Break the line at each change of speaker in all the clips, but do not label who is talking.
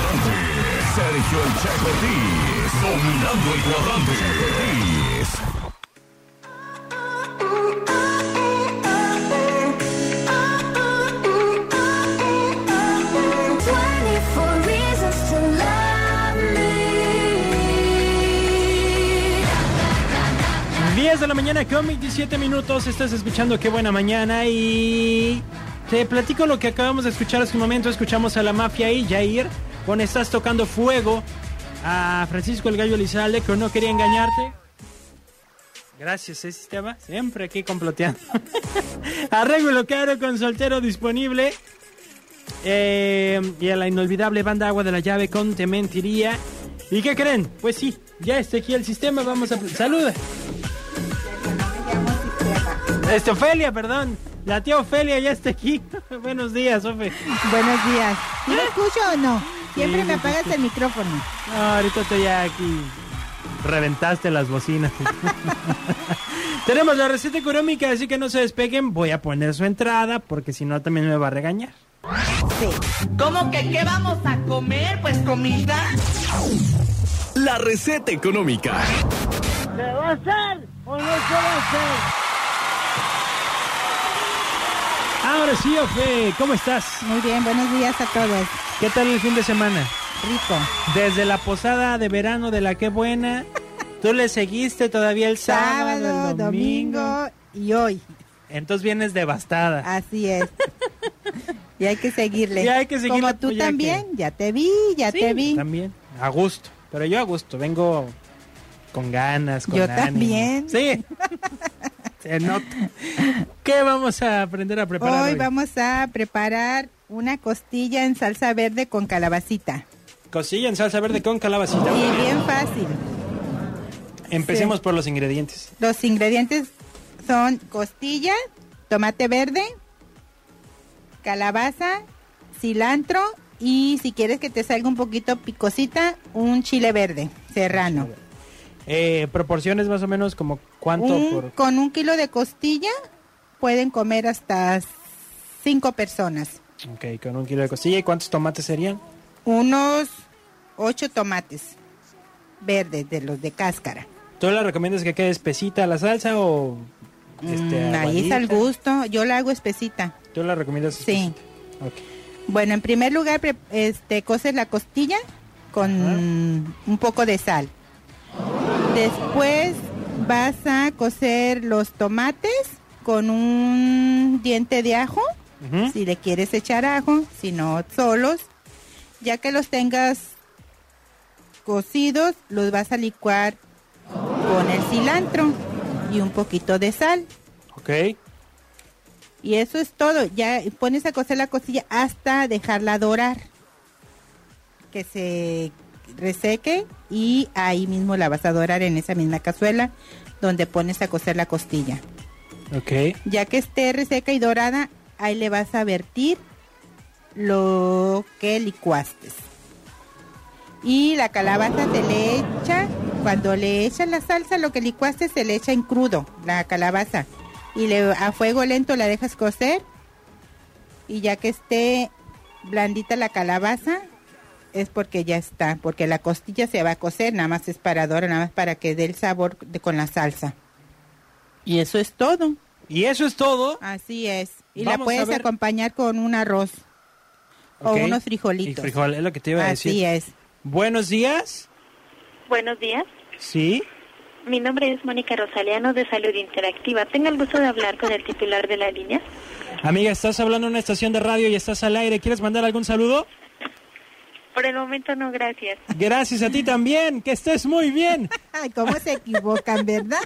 cuadrante. Sergio el Checo Ortiz, dominando el cuadrante.
de la mañana con 27 minutos, estás escuchando qué buena mañana y te platico lo que acabamos de escuchar hace un momento, escuchamos a la mafia y Jair con Estás tocando fuego a Francisco el Gallo Lizalde que no quería engañarte. Gracias, ¿eh, Sistema, siempre aquí comploteando. Arreglo caro con soltero disponible. Eh, y a la inolvidable banda Agua de la Llave con Te Mentiría. ¿Y qué creen? Pues sí, ya está aquí el sistema, vamos a... Saluda. Este, Ofelia, perdón. La tía Ofelia ya está aquí. Buenos días, Ofe.
Buenos días.
¿Eh?
¿Sí me escucho o no? Siempre me apagas el micrófono.
No, ahorita estoy ya aquí. Reventaste las bocinas. Tenemos la receta económica, así que no se despeguen. Voy a poner su entrada, porque si no también me va a regañar.
¿Cómo que qué vamos a comer? Pues comida.
La receta económica.
¿Se va a hacer o no se va a hacer?
Ahora sí, Ofe, ¿cómo estás?
Muy bien, buenos días a todos.
¿Qué tal el fin de semana?
Rico.
Desde la posada de verano de la que buena, tú le seguiste todavía el sábado,
Sábado,
el
domingo
domingo.
Ah, y hoy.
Entonces vienes devastada.
Así es. y hay que seguirle.
Y hay que seguirle,
Como tú
pues, ya
también, ya te vi, ya te vi.
También, a gusto. Pero yo a gusto, vengo con ganas, con
Yo
ánimo.
también.
Sí. Se nota. ¿Qué vamos a aprender a preparar hoy?
Hoy vamos a preparar una costilla en salsa verde con calabacita.
Cosilla en salsa verde con calabacita.
Y bien fácil.
Empecemos
sí.
por los ingredientes.
Los ingredientes son costilla, tomate verde, calabaza, cilantro y si quieres que te salga un poquito picosita, un chile verde serrano.
Eh, proporciones más o menos como cuánto
Un-
por...
Con un kilo de costilla pueden comer hasta cinco personas.
Ok, con un kilo de costilla. ¿Y cuántos tomates serían?
Unos ocho tomates verdes de los de cáscara.
¿Tú le recomiendas que quede espesita la salsa o...? este,
Mm, ahí es
aguadita?
al gusto. Yo la hago espesita.
¿Tú la recomiendas
Sí.
espesita? Ok.
Bueno, en primer lugar, pre- este, coces la costilla con un poco de sal. Después vas a cocer los tomates con un diente de ajo,
Ujú.
si le quieres echar ajo, si no solos. Ya que los tengas cocidos, los vas a licuar con el cilantro y un poquito de sal.
Ok.
Y eso es todo. Ya pones a cocer la costilla hasta dejarla dorar. Que se reseque y ahí mismo la vas a dorar en esa misma cazuela donde pones a cocer la costilla.
Ok.
Ya que esté reseca y dorada, ahí le vas a vertir lo que licuaste. Y la calabaza se le echa, cuando le echas la salsa, lo que licuaste se le echa en crudo, la calabaza. Y le, a fuego lento la dejas cocer. Y ya que esté blandita la calabaza, es porque ya está, porque la costilla se va a cocer, nada más es para dorar, nada más para que dé el sabor de- con la salsa. Y eso es todo.
Y eso es todo.
Así es. Y
Vamos a
la puedes
ver.
acompañar con un arroz
Ok.
o unos
Y
frijolitos.
frijol, es lo que te iba a
Así
decir.
es.
Buenos días.
Buenos días.
Sí.
Mi nombre es Mónica Rosaliano de Salud Interactiva. Tengo el gusto de hablar con el titular de la línea.
Amiga, estás hablando en una estación de radio y estás al aire. ¿Quieres mandar algún saludo?
Por el momento no, gracias.
Gracias a ti también. Que estés muy bien.
Ay, cómo se equivocan, ¿verdad?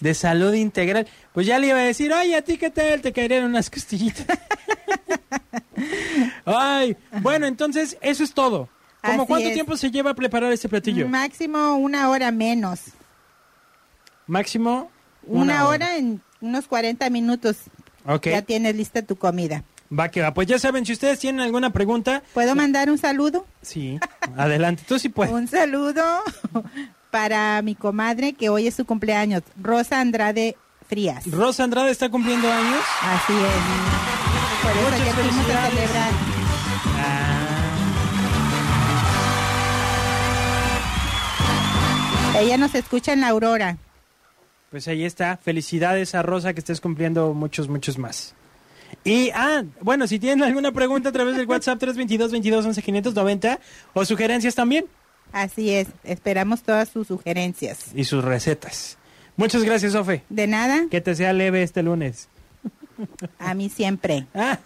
De salud integral. Pues ya le iba a decir, ay, ¿a ti qué tal? Te caerían unas costillitas. ay, bueno, entonces eso es todo. ¿Cómo
Así
cuánto
es.
tiempo se lleva preparar este platillo?
Máximo una hora menos.
Máximo
Una, hora. en unos 40 minutos.
Ok,
Ya tienes lista tu comida.
va que va. Pues ya saben, si ustedes tienen alguna pregunta,
¿Puedo mandar un saludo?
sí, adelante. Tú sí puedes.
Un saludo para mi comadre que hoy es su cumpleaños, Rosa Andrade Frías.
Rosa Andrade está cumpliendo años.
Así es. Por eso
Muchas
que fuimos a
felicidades.
celebrar.
Ah,
Ella nos escucha en la aurora.
Pues ahí está. Felicidades a Rosa que estés cumpliendo muchos, muchos más. Y, ah, bueno, si tienen alguna pregunta a través del WhatsApp 322 22 11 590 o sugerencias también
Así es, esperamos todas sus sugerencias.
y sus recetas. Muchas gracias, Sofe.
De nada,
Que te sea leve este lunes.
a mí siempre.
Ah.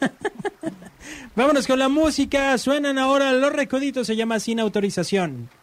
Vámonos con la música. Suenan ahora los recoditos. Se llama Sin Autorización.